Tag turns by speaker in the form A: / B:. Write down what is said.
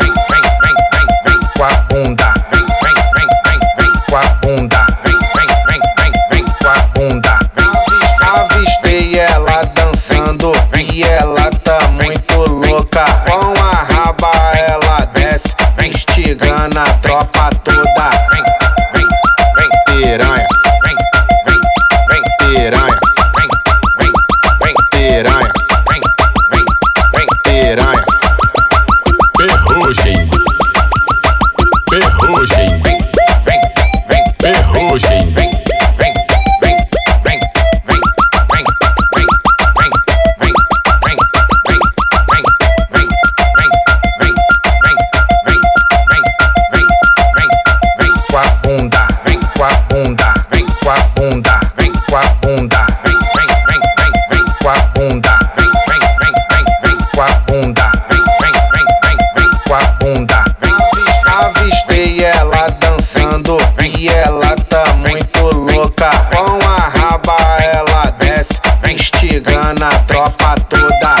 A: vem, vem, vem, vem, vem com a bunda, vem, vem, vem, vem, vem com a bunda, vem, vem, vem, vem, vem com a bunda, vem,
B: Avistei ela dançando e ela tá muito louca. Com a raba ela desce, instigando a tropa toda.
A: vem, vem, vem, vem.
B: Piranha,
A: Vem, vem, vem,
B: piranha,
A: vem, vem, vem,
B: piranha,
A: vem, vem, vem,
B: piranha.
C: Ferrugem.
A: vem,
C: Ferrugem.
A: vem, vem,
C: Ferrugem.
A: vem, vem, vem, vem, vem, vem, vem, vem, vem, vem, vem, vem, vem, vem, vem, vem, vem, vem, vem, vem,
B: Com a bunda,
A: vem,
B: com a bunda,
A: vem,
B: com a bunda,
A: vem,
B: com a bunda,
A: vem, vem, vem, vem, vem,
B: com a bunda,
A: vem, vem, vem, vem, vem, vem, vem, vem,
B: com a bunda,
A: vem, vem,
B: com a bunda. Avistei ela dançando e ela tá muito louca. Com a raba ela desce, instigando a tropa toda.